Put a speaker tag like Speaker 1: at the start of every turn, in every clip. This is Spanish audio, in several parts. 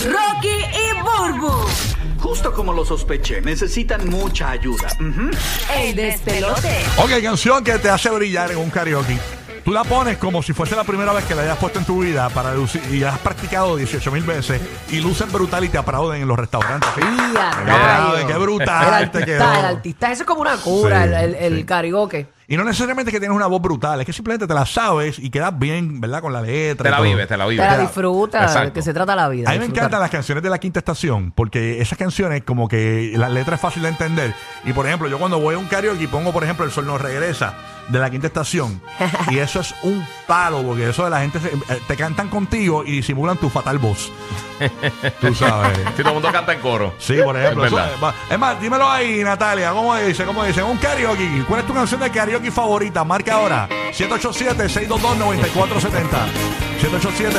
Speaker 1: Rocky y Burbu.
Speaker 2: Justo como lo sospeché, necesitan mucha ayuda. Ujú.
Speaker 1: El despelote.
Speaker 3: Ok, canción que te hace brillar en un karaoke. Tú la pones como si fuese la primera vez que la hayas puesto en tu vida para lucir- y la has practicado 18 mil veces y lucen brutal y te aplauden en los restaurantes. Sí, aplauden, ¡Qué brutal te quedó!
Speaker 4: Está el artista, eso es como una cura,
Speaker 3: Sí,
Speaker 4: el, el, el
Speaker 3: sí.
Speaker 4: karaoke.
Speaker 3: Y no necesariamente que tienes una voz brutal, es que simplemente te la sabes y quedas bien, ¿verdad? Con la letra.
Speaker 5: Te
Speaker 3: y
Speaker 5: la
Speaker 3: todo.
Speaker 5: vives, te la
Speaker 4: Te
Speaker 5: vives.
Speaker 4: la disfrutas,
Speaker 5: Exacto.
Speaker 4: de que se trata la vida.
Speaker 3: A mí me
Speaker 4: disfrutar.
Speaker 3: encantan las canciones de la quinta estación, porque esas canciones, como que la letra es fácil de entender. Y por ejemplo, yo cuando voy a un karaoke y pongo, por ejemplo, El Sol no regresa de la quinta estación, y eso es un palo, porque eso de la gente se- eh, te cantan contigo y disimulan tu fatal voz. Tú sabes.
Speaker 5: Si todo el mundo canta en coro.
Speaker 3: Sí, por ejemplo.
Speaker 5: Es
Speaker 3: eso
Speaker 5: verdad.
Speaker 3: es, va- es más, dímelo ahí, Natalia. ¿Cómo dice? ¿Cómo dice? Un karaoke. ¿Cuál es tu canción de karaoke favorita? Marca ahora. 787-622-9470.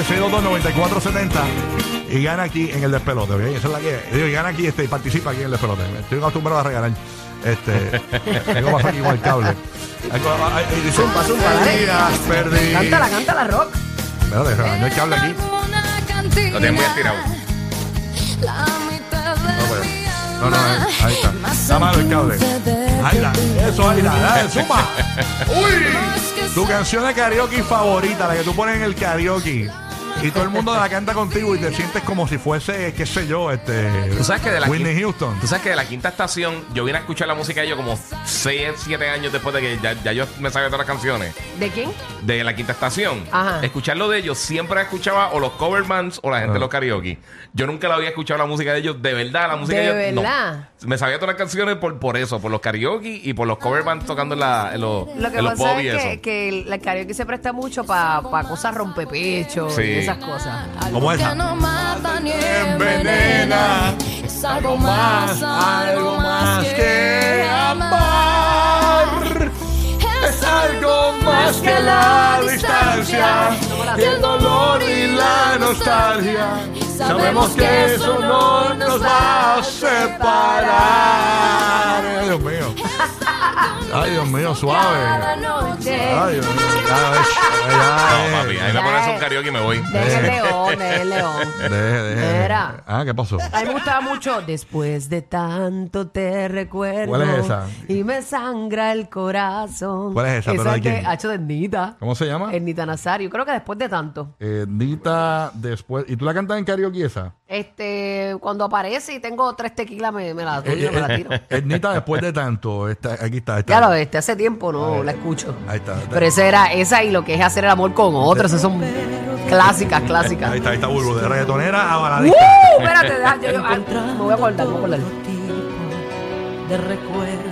Speaker 3: 787-622-9470. Y gana aquí en el despelote. ¿ok? Esa es la que. digo, y gana aquí este, y participa aquí en el despelote. Estoy acostumbrado a regalar. Este. tengo más aquí con el cable. Zumba,
Speaker 4: zumba, dale.
Speaker 3: Perdí.
Speaker 4: Cántala, cántala, rock.
Speaker 3: Espérate, no hay cable aquí.
Speaker 5: Lo tienen muy estirado.
Speaker 3: No, pero- No, no, eh, ahí está. Está malo el cable. Aira, eso, Aira, dale, suma. ¡Uy! Tu canción de karaoke favorita, la que tú pones en el karaoke. Y todo el mundo la canta contigo y te sientes como si fuese, qué sé yo, este.
Speaker 5: Tú sabes que de la
Speaker 3: Whitney
Speaker 5: quin-
Speaker 3: Houston.
Speaker 5: Tú sabes que de la quinta estación yo vine a escuchar la música de ellos como 6, 7 años después de que ya, ya yo me sabía todas las canciones.
Speaker 4: ¿De quién?
Speaker 5: De la quinta estación.
Speaker 4: Ajá.
Speaker 5: Escucharlo de ellos siempre escuchaba o los cover bands o la
Speaker 3: Ah.
Speaker 5: gente de los karaoke. Yo nunca la había escuchado la música de ellos. De verdad, la música de,
Speaker 4: ¿De
Speaker 5: ellos. no.
Speaker 4: verdad?
Speaker 5: Me sabía todas las canciones por, por eso, por los karaoke y por los cover bands tocando en, la, en los,
Speaker 4: Lo que
Speaker 5: en los
Speaker 4: pasa
Speaker 5: pubs y
Speaker 4: es que,
Speaker 5: eso.
Speaker 4: que el el karaoke se presta mucho para cosas rompepecho
Speaker 5: Sí.
Speaker 4: y esas cosas.
Speaker 3: Como esa.
Speaker 6: no mata ni
Speaker 3: envenena,
Speaker 6: envenena. Es algo más, algo más que amar. Es algo más que la distancia. Y el dolor y la nostalgia. Sabemos que eso no nos va a separar.
Speaker 3: Ay, Dios mío. Ay, Dios mío, suave. Ay, Dios mío. Ay, ay, ay.
Speaker 5: No, papi, ahí me pones un karaoke y me voy.
Speaker 4: De el
Speaker 3: Eh.
Speaker 4: león, de el león.
Speaker 3: Deje, deje.
Speaker 4: Mira.
Speaker 3: Ah, ¿qué pasó?
Speaker 4: A mí me gustaba mucho. Después de tanto te recuerdo.
Speaker 3: ¿Cuál es esa?
Speaker 4: Y me sangra el corazón.
Speaker 3: ¿Cuál es esa? ¿Pero
Speaker 4: Esa
Speaker 3: de
Speaker 4: es de
Speaker 3: quién?
Speaker 4: Hacho de Nita.
Speaker 3: ¿Cómo se llama?
Speaker 4: Ernita Nazario. Creo que después de tanto.
Speaker 3: Eh, Nita, después. ¿Y tú la cantas en karaoke esa?
Speaker 4: Este, cuando aparece y tengo tres tequilas, me, me la doy,
Speaker 3: Eh,
Speaker 4: me la
Speaker 3: eh,
Speaker 4: tiro.
Speaker 3: eh, Nita, después de tanto, está- aquí está. está.
Speaker 4: Ya lo ves, te hace tiempo no la escucho.
Speaker 3: Ahí está, ahí está.
Speaker 4: Pero esa era esa y lo que es hacer el amor con otros. Esas son clásicas, clásicas.
Speaker 3: Ahí está, ahí está Bulbo, de reggaetonera a baladista.
Speaker 4: ¡Uh! Espérate, deja, yo, yo- ah, me voy a acordar, me voy a acordar.
Speaker 1: De recuerdo.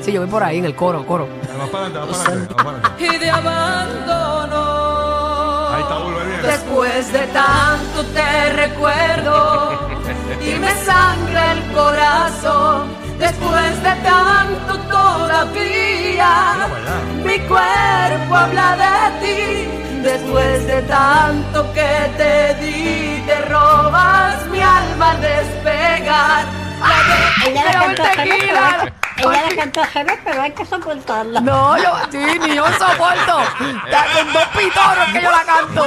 Speaker 4: Sí, yo voy por ahí en el coro, coro.
Speaker 3: Vamos para adelante, vamos para adelante, vamos para adelante.
Speaker 1: Y de abandono.
Speaker 3: Ahí está Bulbo, ahí viene.
Speaker 1: Después de tanto te recuerdo y me sangra el corazón. Después de tanto todavía, mi cuerpo habla de ti. Después de tanto que te di, te robas mi alma al despegar. La de-
Speaker 7: Ella la
Speaker 1: pero un
Speaker 7: cantó al revés, pero hay
Speaker 1: tequila.
Speaker 7: que- ella la cantó al revés, pero hay que soportarla.
Speaker 4: No, yo, sí, ni yo soporto. Está con dos pitoros que yo la canto.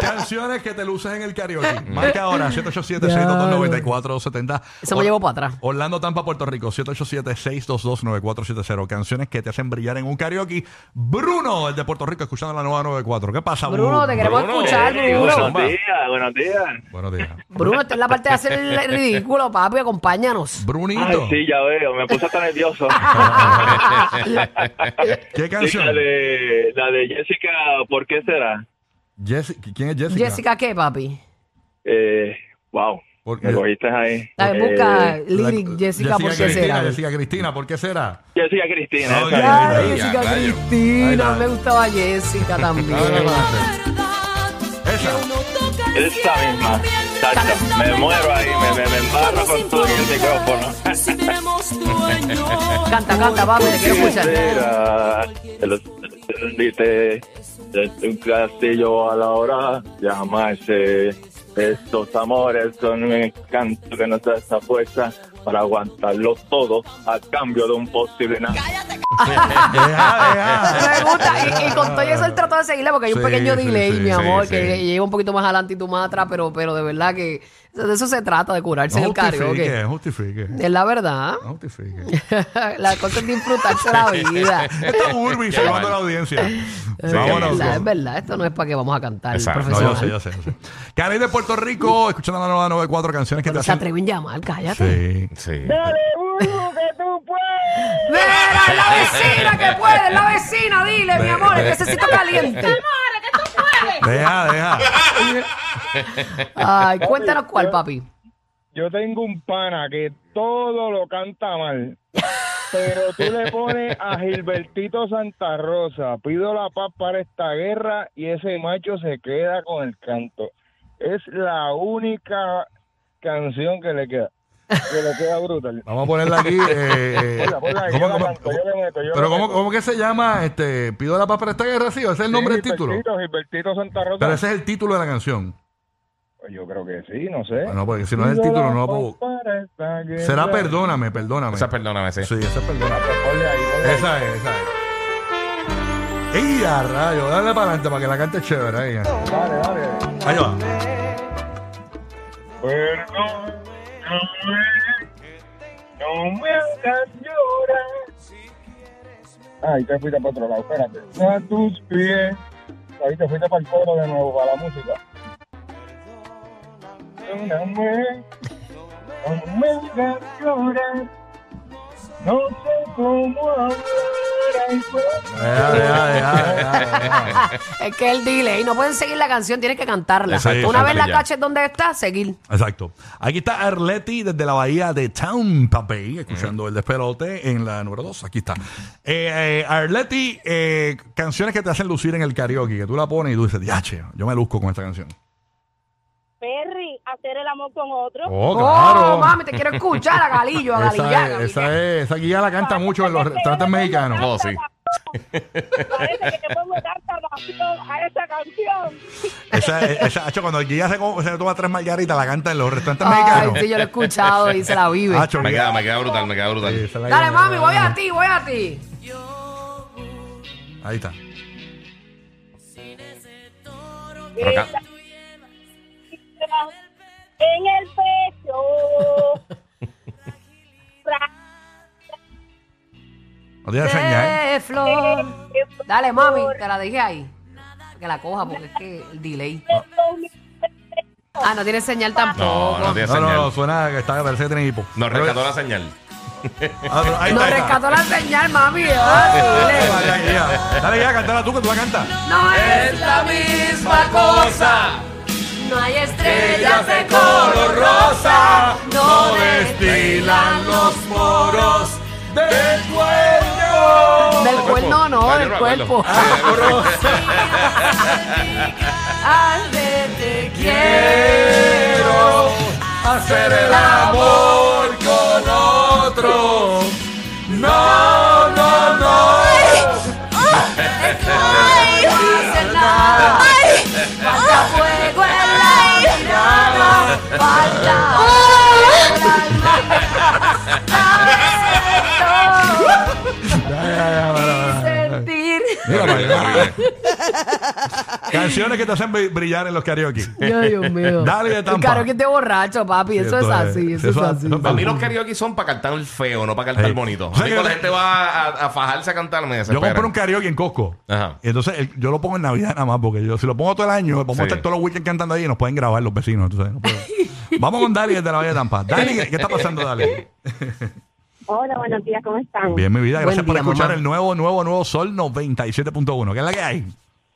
Speaker 3: Canciones que te luces en el karaoke. Marca ahora 787-622-9470.
Speaker 4: Eso me
Speaker 3: Or-
Speaker 4: llevó para atrás.
Speaker 3: Orlando Tampa, Puerto Rico, 787-622-9470. Canciones que te hacen brillar en un karaoke. Bruno, el de Puerto Rico, escuchando la nueva 94. ¿Qué pasa,
Speaker 4: Bruno, te queremos
Speaker 5: Bruno,
Speaker 4: escuchar,
Speaker 5: eh,
Speaker 4: Bruno.
Speaker 5: Zumba.
Speaker 8: Buenos días, buenos días.
Speaker 3: Buenos días.
Speaker 4: Bruno, esta es la parte de hacer el ridículo, papi. Acompáñanos.
Speaker 8: Ay,
Speaker 3: Brunito,
Speaker 8: sí, ya veo, me puse hasta nervioso.
Speaker 3: ¿qué
Speaker 8: Sí,
Speaker 3: canción?
Speaker 8: la, de, eh, la de Jessica, ¿por qué será?
Speaker 3: Jessi- ¿Quién es Jessica?
Speaker 4: Jessica, ¿qué, papi?
Speaker 8: Eh, wow,
Speaker 3: ¿Por qué?
Speaker 8: me cogiste ahí.
Speaker 4: Dale,
Speaker 8: Eh,
Speaker 4: busca
Speaker 3: La-
Speaker 4: lyric Jessica, ¿por qué
Speaker 3: Cristina,
Speaker 4: será?
Speaker 3: Jessica Cristina, ¿por qué será?
Speaker 8: Jessica Cristina.
Speaker 3: Ok.
Speaker 8: esa.
Speaker 4: Ya,
Speaker 3: Ahí,
Speaker 4: Jessica
Speaker 5: ya, rayo.
Speaker 3: Ahí
Speaker 4: Cristina,
Speaker 3: está.
Speaker 4: me gustaba Jessica también.
Speaker 3: Dale, adelante. Esa.
Speaker 8: Esa misma. Tacho, me muero ahí, me, me, me embarro con todo el micrófono.
Speaker 4: Canta, canta, papi, te quiero escuchar.
Speaker 8: Será, eh, te lo rendiste de un castillo a la hora de amarse. Estos amores son un encanto que nos da esa fuerza para aguantarlo todo a cambio de un posible nada.
Speaker 3: Deja, deja.
Speaker 4: Me gusta. Y, y con todo eso él trató de seguirla porque hay un
Speaker 3: Sí,
Speaker 4: pequeño
Speaker 3: sí,
Speaker 4: delay,
Speaker 3: sí,
Speaker 4: mi
Speaker 3: sí,
Speaker 4: amor,
Speaker 5: sí.
Speaker 4: que lleva un poquito más adelante y tú más atrás, pero, pero de verdad que de eso se trata, de curarse en
Speaker 3: No
Speaker 4: el karaoke.
Speaker 3: justifique, justifique.
Speaker 4: Es la verdad.
Speaker 3: No justifique.
Speaker 4: la cosa es disfrutarse la vida.
Speaker 3: Esto es Urbi
Speaker 5: Qué
Speaker 3: salvando a
Speaker 5: mal.
Speaker 3: la audiencia.
Speaker 4: Es
Speaker 3: Vámonos.
Speaker 4: verdad, es verdad, esto no es para que vamos a cantar,
Speaker 5: Exacto.
Speaker 3: No,
Speaker 4: profesional.
Speaker 3: yo sé, yo sé, yo sé. Canel de Puerto Rico, escuchando la nueva 94 canciones que te
Speaker 4: Cuando se
Speaker 3: hacen.
Speaker 4: atreven a llamar, cállate.
Speaker 3: Sí.
Speaker 5: Sí.
Speaker 4: ¡Vera, es la vecina que puede! ¡Es la vecina! Dile, mi amor, es que necesito caliente.
Speaker 3: Deja, deja.
Speaker 4: Ay, cuéntanos cuál, papi.
Speaker 9: Yo tengo un pana que todo lo canta mal. Pero tú le pones a Gilbertito Santa Rosa, pido la paz para esta guerra y ese macho se queda con el canto. Es la única canción que le queda. Que le queda brutal.
Speaker 3: Vamos a ponerla aquí. eh, eh,
Speaker 9: Ponla, ponla,
Speaker 3: ¿cómo-
Speaker 9: yo la
Speaker 3: cómo-
Speaker 9: canto, yo la meto, yo
Speaker 3: Pero
Speaker 9: la
Speaker 3: ¿cómo,
Speaker 9: meto.
Speaker 3: ¿cómo que se llama? Este, Pido la paz para esta guerra, sí, ese es el nombre del
Speaker 9: Sí,
Speaker 3: título.
Speaker 9: Gilbertito, Gilbertito Santa Rosa.
Speaker 3: Pero ese es el título de la canción.
Speaker 9: Pues Yo creo que sí, no sé.
Speaker 3: Ah, No, porque si no es el título, no la puedo. Será Perdóname, perdóname.
Speaker 5: Esa, perdóname, sí.
Speaker 3: Sí, esa es Perdóname.
Speaker 9: Esa.
Speaker 3: Esa es, esa es. ¡Y a rayo! Dale para adelante para que la cante chévere. Ahí,
Speaker 9: Dale, dale.
Speaker 3: ahí va.
Speaker 9: Perdón, no me hagas llorar. Ay, te fuiste para otro lado, espérate. A tus pies. Ahí te fuiste para el coro de nuevo, para la música. Perdóname, no me hagas llorar. No sé cómo hablar. ay, pues.
Speaker 3: Deja, deja, deja, deja, deja.
Speaker 4: Es que el delay, no pueden seguir la canción, tienen que cantarla.
Speaker 3: Exacto,
Speaker 4: Una vez la
Speaker 5: ya.
Speaker 4: caches donde está, seguir.
Speaker 3: Exacto. Aquí está Arleti desde la bahía de Tampa Bay, escuchando el despelote en la número 2. Aquí está. Eh, eh, Arleti, eh, canciones que te hacen lucir en el karaoke, que tú la pones y tú dices, diache, yo me luzco con esta canción.
Speaker 10: Perry, hacer el amor con otro.
Speaker 3: ¡Oh,
Speaker 4: ¡Oh, mami! Te quiero escuchar a Galillo, a
Speaker 3: Esa,
Speaker 4: Galillar.
Speaker 3: es, esa, es, esa aquí ya la canta mucho en los restaurantes mexicanos.
Speaker 5: Oh, sí.
Speaker 10: Parece que te pongo tanta pasión a esa canción.
Speaker 3: Esa, esa, hacho, cuando Guilla se, co- se toma tres margaritas, la canta en los restaurantes
Speaker 4: Ay,
Speaker 3: mexicanos.
Speaker 4: sí, yo lo he escuchado y se la vive.
Speaker 3: Hacho,
Speaker 5: Me queda,
Speaker 3: Guilla-
Speaker 5: me queda brutal, me queda
Speaker 3: Sí,
Speaker 5: brutal.
Speaker 3: se la
Speaker 4: Dale,
Speaker 3: lleva.
Speaker 4: mami, voy a ti, voy a ti.
Speaker 3: Ahí está.
Speaker 5: Pero acá-
Speaker 10: En el pecho.
Speaker 3: No tiene señal, ¿eh?
Speaker 4: De flor. Dale, mami, te la dejé ahí. Que la coja porque es que el delay. Ah, no tiene señal tampoco.
Speaker 5: No, no tiene
Speaker 3: No, no, no,
Speaker 5: señal.
Speaker 3: suena que está, parece que tiene hipo.
Speaker 5: Nos rescató la señal.
Speaker 3: Ah, pero ahí
Speaker 4: Nos
Speaker 3: está, ahí está.
Speaker 4: rescató la señal, mami. ¿eh? Ay, dile.
Speaker 3: Dale, Guilla. Dale, Guilla, cantala tú, que tú la cantas.
Speaker 4: No es la misma cosa. No hay estrellas de color rosa. No destilan los poros
Speaker 3: del cuello.
Speaker 4: Del cuerno, no,
Speaker 5: Ah, yo
Speaker 4: del
Speaker 5: me
Speaker 4: cuerpo.
Speaker 5: acuerdo. Ah, yo me acuerdo.
Speaker 4: Al de te Ah. quiero.
Speaker 3: hacer
Speaker 4: el amor
Speaker 3: con otro. No, no, no.
Speaker 4: Ay, Ah. no hace nada. Falta fuego en la mirada. Falta fuego en el alma. Sabes esto y sentir.
Speaker 3: Mira, para allá.
Speaker 5: Horrible.
Speaker 3: Canciones que te hacen bri- brillar en los karaoke.
Speaker 4: Yo, Dios mío.
Speaker 3: Dale de
Speaker 4: El
Speaker 3: Tampa.
Speaker 4: karaoke de borracho, papi. Eso es
Speaker 3: Esto es-
Speaker 4: así. Eso es
Speaker 3: eso es-
Speaker 4: así.
Speaker 3: eso es
Speaker 5: Para mí los karaoke son para cantar el feo, no para cantar
Speaker 3: Sí.
Speaker 5: el bonito.
Speaker 3: O sea
Speaker 5: A mí
Speaker 3: que-
Speaker 5: cuando la gente va a, a fajarse a cantar, me
Speaker 3: Yo
Speaker 5: desespera.
Speaker 3: compré un karaoke en Costco.
Speaker 5: Ajá.
Speaker 3: Y entonces el- yo lo pongo en Navidad nada más, porque yo si lo pongo todo el año, vamos a
Speaker 5: Sí.
Speaker 3: estar todos los weekends cantando ahí y nos pueden grabar los vecinos. tú sabes, no puedo. vamos con Dali desde la Bahía de Tampa. Dali, ¿qué, qué está pasando, Dali?
Speaker 10: Hola, buenos días, ¿cómo están?
Speaker 3: Bien, mi vida,
Speaker 4: Buen
Speaker 3: gracias por
Speaker 4: día,
Speaker 3: escuchar
Speaker 4: mamá.
Speaker 3: el nuevo, nuevo, nuevo Sol 97.1. ¿Qué es la que hay?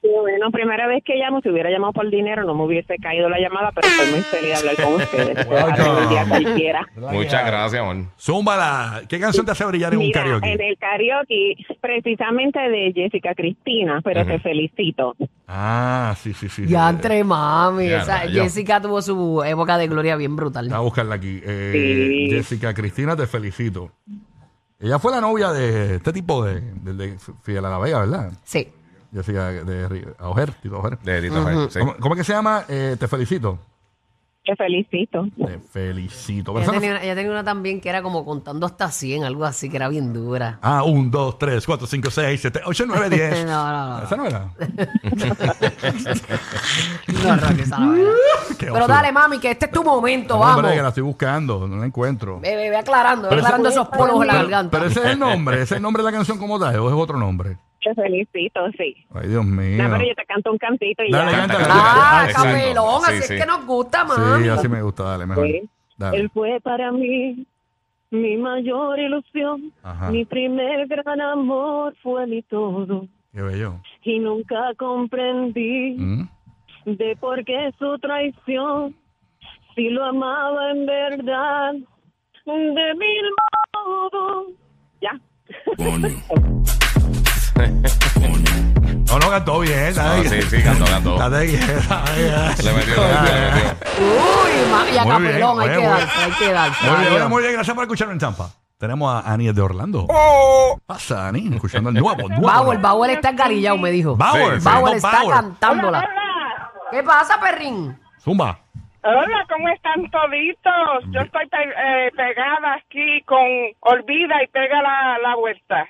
Speaker 10: Sí, Bueno, primera vez que llamo, si hubiera llamado por dinero no me hubiese caído la llamada, pero estoy muy feliz de hablar con ustedes.
Speaker 3: Welcome.
Speaker 10: Hacer el día cualquiera.
Speaker 5: Muchas gracias, amor.
Speaker 3: Zúmbala. ¿Qué canción te hace brillar en un
Speaker 10: Mira,
Speaker 3: karaoke?
Speaker 10: en el karaoke, precisamente de Jessica Cristina, pero te felicito.
Speaker 3: Ah, sí, sí, sí.
Speaker 4: Ya
Speaker 3: sí.
Speaker 4: entre mami.
Speaker 5: Ya,
Speaker 4: Esa-
Speaker 5: rayo.
Speaker 4: Jessica tuvo su época de gloria bien brutal.
Speaker 3: Voy a buscarla aquí. Eh,
Speaker 10: Sí.
Speaker 3: Jessica Cristina, te felicito. Ella fue la novia de este tipo de, del de Fidel a la Vega, ¿verdad?
Speaker 4: Sí.
Speaker 3: Jessica de Ri- Auger, Tito Auger.
Speaker 5: De Tito Rey, sí.
Speaker 3: ¿Cómo, cómo es que se llama? Eh, te felicito.
Speaker 10: Te felicito.
Speaker 5: Te felicito.
Speaker 3: Pues
Speaker 5: Pero
Speaker 4: Ella tenía,
Speaker 5: esa no
Speaker 4: una, ella tenía una también que era como contando hasta 100, algo así, que era bien dura.
Speaker 3: Ah, 1, 2, 3, 4, 5, 6, 7, 8, 9, 10.
Speaker 4: No, no, no.
Speaker 3: ¿Esa no era?
Speaker 4: No, Rocky, esa no era.
Speaker 3: Qué
Speaker 4: Pero
Speaker 3: basura.
Speaker 4: dale, mami, que este es tu momento,
Speaker 3: No,
Speaker 4: vamos.
Speaker 3: hombre, que la estoy buscando, no la encuentro.
Speaker 4: Ve, ve, ve aclarando, ve
Speaker 3: Pero ese-
Speaker 4: aclarando esos polos en la
Speaker 3: Pero-
Speaker 4: garganta.
Speaker 3: Pero ese es el nombre, ese es el nombre de la canción como tal, o es otro nombre.
Speaker 10: Te felicito, sí.
Speaker 3: Ay, Dios mío.
Speaker 10: No, pero yo te canto un cantito y
Speaker 3: Dale,
Speaker 10: ya.
Speaker 3: cántala.
Speaker 4: Ah,
Speaker 5: Exacto.
Speaker 4: capelón,
Speaker 5: Sí,
Speaker 4: así
Speaker 5: sí.
Speaker 4: es que nos gusta, mami.
Speaker 3: Sí, así me gusta, dale, mejor.
Speaker 10: Sí. Él
Speaker 3: Dale.
Speaker 10: fue para mí mi mayor ilusión.
Speaker 3: Ajá.
Speaker 10: Mi primer gran amor fue mi todo.
Speaker 3: Qué bello.
Speaker 10: Y nunca comprendí
Speaker 3: Mm.
Speaker 10: de por qué su traición. Si lo amaba en verdad, de mil modos. Ya.
Speaker 3: No, no, cantó bien.
Speaker 5: Ah,
Speaker 3: dale.
Speaker 5: sí, sí, cantó, cantó.
Speaker 3: Date quieta, dale.
Speaker 5: Le metió, le metió, le metió.
Speaker 4: Uy, mami, y a
Speaker 3: Muy bien,
Speaker 4: capelón, hay
Speaker 3: oye,
Speaker 4: que
Speaker 3: muy-
Speaker 4: darse, hay que darse.
Speaker 3: Muy bien,
Speaker 4: Adiós.
Speaker 3: bueno, muy bien, gracias por escucharme en Tampa. Tenemos a Ani de Orlando. Pasa, Ani, escuchando el nuevo, nuevo.
Speaker 4: Oh. Bauer, Bauer está engarillado, me dijo.
Speaker 3: Bauer,
Speaker 5: Sí, sí.
Speaker 4: Bauer
Speaker 3: no,
Speaker 4: está
Speaker 3: Bauer.
Speaker 4: cantándola.
Speaker 10: Hola,
Speaker 4: ¿Qué pasa, perrín?
Speaker 3: Zumba.
Speaker 10: hola, ¿cómo están toditos? Yo estoy eh, pegada aquí con Olvida y pega la, la vuelta.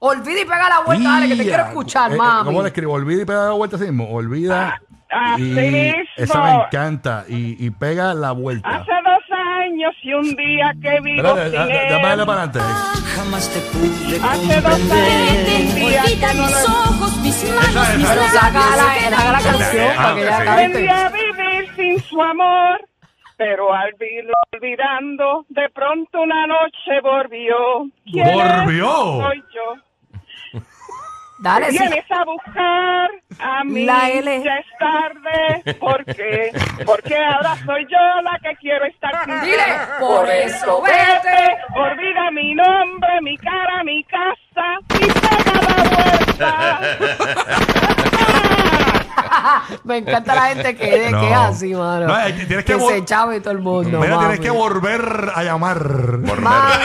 Speaker 4: Olvida y pega la vuelta, dale, que te
Speaker 3: Ia.
Speaker 4: quiero escuchar,
Speaker 3: Eh, eh,
Speaker 4: mami.
Speaker 3: ¿Cómo le escribo? Olvida y pega la vuelta así mismo. Olvida.
Speaker 10: Ah,
Speaker 3: y
Speaker 10: así mismo.
Speaker 3: esa me encanta. Y, y pega la vuelta.
Speaker 4: Ah,
Speaker 10: Hace dos años y un día que vivo
Speaker 3: Espérate,
Speaker 10: sin
Speaker 3: da- da- dame dale
Speaker 10: él.
Speaker 3: para adelante.
Speaker 10: Hace dos años y un día que
Speaker 6: Olvida
Speaker 10: no
Speaker 6: mis
Speaker 10: lo
Speaker 6: ojos, mis manos, mis
Speaker 4: Pero
Speaker 6: labios.
Speaker 4: saca la, saca la canción
Speaker 5: Ah,
Speaker 4: para que ya este.
Speaker 5: sí.
Speaker 10: aprendí
Speaker 4: cante.
Speaker 10: a vivir sin su amor. Pero al irlo olvidando, de pronto una noche volvió. ¿Quién es?
Speaker 3: Volvió.
Speaker 10: Soy yo.
Speaker 4: Dale, sí.
Speaker 10: Vienes a buscar a mí.
Speaker 4: La L.
Speaker 10: Ya es tarde. ¿Por qué? Porque ahora soy yo la que quiero estar sin
Speaker 4: Dile,
Speaker 10: ti.
Speaker 4: por eso vete.
Speaker 10: Olvida mi nombre, mi cara, mi casa. Y pega la vuelta.
Speaker 4: Me encanta la gente que, que
Speaker 3: No.
Speaker 4: es así, mano.
Speaker 3: No, es que tienes que vol-
Speaker 4: se chave todo el mundo.
Speaker 3: Mira,
Speaker 4: mami.
Speaker 3: tienes que volver a llamar.
Speaker 5: Volver,
Speaker 4: Mami,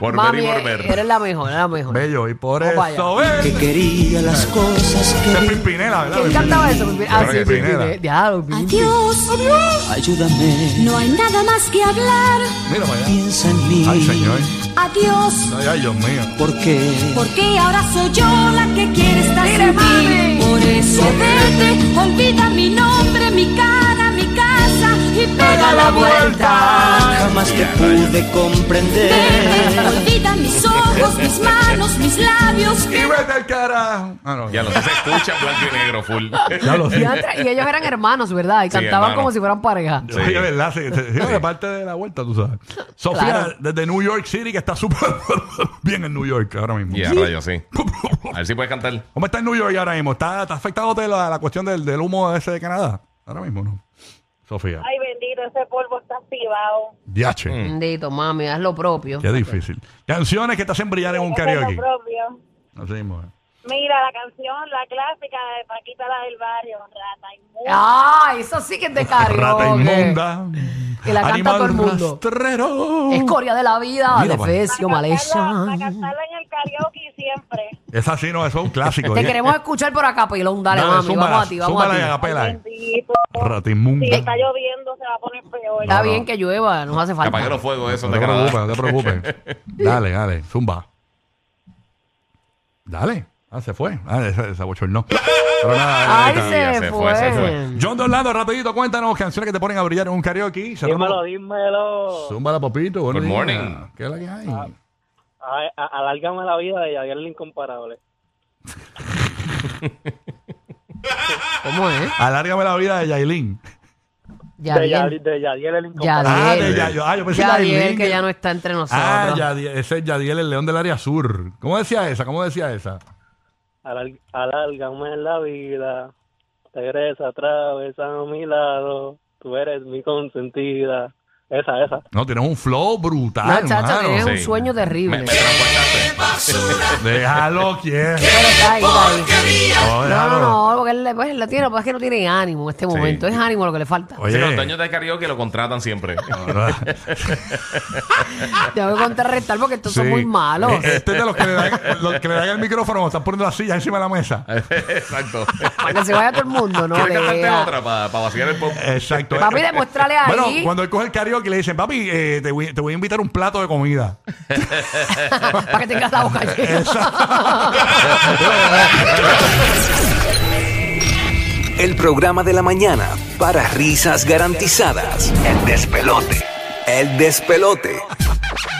Speaker 5: volver
Speaker 4: mami, eh,
Speaker 5: y
Speaker 4: eres,
Speaker 5: volver.
Speaker 4: la mejor, eres la mejor.
Speaker 3: Bello, y por
Speaker 4: Vamos
Speaker 3: eso ves.
Speaker 2: quería las cosas
Speaker 3: Ese es Pimpinela, ¿verdad?
Speaker 4: ¿Quién cantaba eso? Ah, sí,
Speaker 5: que
Speaker 4: sí,
Speaker 3: Pimpinela.
Speaker 4: sí, diablo, Pimpinela.
Speaker 6: Adiós.
Speaker 2: Ayúdame,
Speaker 6: No hay nada más que hablar.
Speaker 3: Mira para allá.
Speaker 2: piensa en mí.
Speaker 3: Ay, señor.
Speaker 6: Adiós.
Speaker 3: Ay, ay, Dios mío.
Speaker 2: ¿Por qué?
Speaker 6: Porque ahora soy yo la que quiere estar
Speaker 4: Dile,
Speaker 6: sin
Speaker 4: mami.
Speaker 6: ti. Por eso vete, olvida mi nombre, mi cara, mi casa y pega la vuelta.
Speaker 2: Jamás te pude comprender.
Speaker 6: Olvida mis ojos, mis manos, mis labios.
Speaker 3: Y vete al carajo. Ah, no.
Speaker 5: Ya lo sé, se escucha blanco y negro, full.
Speaker 3: Ya lo sé.
Speaker 4: Diantre, Y ellos eran hermanos, ¿verdad? Y cantaban
Speaker 5: hermanos.
Speaker 4: como si fueran pareja.
Speaker 5: Sí.
Speaker 3: Oye, ¿verdad? Sí, sí, sí, de parte de la vuelta, tú sabes. Sofía,
Speaker 4: Claro.
Speaker 3: desde New York City, que está súper bien en New York ahora mismo.
Speaker 5: Ya, rayo, sí. A ver si puedes cantar.
Speaker 3: ¿Cómo está en New York ahora mismo? ¿Está, está afectado la, la cuestión del, del humo ese de Canadá? Ahora mismo, ¿no? Sofía.
Speaker 10: Ay, bendito, ese polvo está activado.
Speaker 3: Diache.
Speaker 5: Mm.
Speaker 4: Bendito, mami, haz lo propio.
Speaker 3: Qué difícil. Canciones que te hacen brillar en un
Speaker 10: Eso es lo
Speaker 3: karaoke.
Speaker 10: propio.
Speaker 3: Así mismo. eh.
Speaker 10: Mira, la canción, la clásica de Paquita la del barrio, Rata Inmunda.
Speaker 4: Ah, eso sí que es de karaoke.
Speaker 3: Rata inmunda.
Speaker 4: Que la canta
Speaker 3: animal
Speaker 4: todo el mundo.
Speaker 3: rastrero.
Speaker 4: Escoria de la vida,
Speaker 3: Mira,
Speaker 4: de
Speaker 3: vale.
Speaker 4: Fecio,
Speaker 10: Para cantarla-
Speaker 4: Malesa.
Speaker 10: para cantarla en el karaoke siempre.
Speaker 3: Es así, no, eso es un clásico.
Speaker 4: Te
Speaker 3: ¿eh?
Speaker 4: queremos escuchar por acá, Pilón. Dale, mami,
Speaker 3: zúmbala,
Speaker 4: vamos a ti, vamos a
Speaker 3: zúmbala
Speaker 4: ti.
Speaker 3: y acapela, eh.
Speaker 10: Bendito.
Speaker 3: Rata
Speaker 10: Si
Speaker 3: inmunda.
Speaker 10: está lloviendo, se va a poner peor.
Speaker 4: Está bien que llueva, nos hace
Speaker 5: Que
Speaker 4: falta.
Speaker 5: apague los fuegos esos
Speaker 3: No
Speaker 5: de
Speaker 3: te
Speaker 5: Canadá.
Speaker 3: preocupes, no te preocupes. Dale, dale, zumba. Dale. Ah, se fue. Ah, esa, esa bochornó. Pero nada,
Speaker 4: Ay,
Speaker 3: ahorita.
Speaker 5: Ya
Speaker 4: se,
Speaker 5: se fue,
Speaker 4: fue.
Speaker 5: se fue.
Speaker 3: John de Orlando, rapidito, cuéntanos canciones que te ponen a brillar en un karaoke. Cerramos-
Speaker 11: Dímelo, dímelo. Ah.
Speaker 3: Zúmbala, papito. buenos
Speaker 5: Good
Speaker 3: días.
Speaker 5: morning.
Speaker 3: ¿Qué es la que hay?
Speaker 11: A- a- Alárgame la vida de Javier el Incomparable.
Speaker 4: ¿Cómo es?
Speaker 3: Alárgame la vida de Yailin.
Speaker 4: Ya
Speaker 11: De
Speaker 4: bien.
Speaker 11: Yadier, de Yadier el
Speaker 4: Ya
Speaker 11: Incomparable.
Speaker 3: Ah, de
Speaker 4: bien.
Speaker 3: Yayo. Ah, yo pensé
Speaker 4: Ya
Speaker 3: Yailin.
Speaker 4: bien, que ya no está entre nosotros.
Speaker 3: Ah, Yadiel, ese es Yadiel, el león del área sur. ¿Cómo decía esa? ¿Cómo decía esa?
Speaker 11: Alar- Alárgame la vida. Regresa, atravesa a mi lado. Tú eres mi consentida.
Speaker 9: Esa, esa.
Speaker 3: No, tienes un flow brutal.
Speaker 4: No, chacho,
Speaker 3: mano.
Speaker 4: tienes un
Speaker 3: Ah, Sí.
Speaker 4: sueño terrible.
Speaker 3: Déjalo quieto.
Speaker 4: Pero está ahí, está ahí.
Speaker 3: No,
Speaker 4: No,
Speaker 3: déjalo.
Speaker 4: no, no, porque él, le- pues, él la tiene, pues es que no tiene ánimo en este momento. Es ánimo lo que le falta.
Speaker 5: Sí, los
Speaker 3: Oye.
Speaker 5: dueños de karaoke lo contratan siempre.
Speaker 4: Tengo que contrarrestar porque estos son
Speaker 3: Sí.
Speaker 4: muy malos.
Speaker 3: Eh, Este es de los que le dan, los que le dan el micrófono cuando están poniendo la silla encima de la mesa.
Speaker 5: Exacto.
Speaker 4: Para que se vaya todo el mundo, no
Speaker 5: ¿Quieres cantarte
Speaker 4: lea.
Speaker 5: otra para vaciar el pop?
Speaker 3: Exacto.
Speaker 4: Papi, demuéstrale ahí.
Speaker 3: Bueno, cuando él coge el karaoke le dicen, papi, eh, te, voy, te voy a invitar un plato de comida.
Speaker 4: para que tengas la boca
Speaker 2: El programa de la mañana para risas garantizadas. El despelote. El despelote.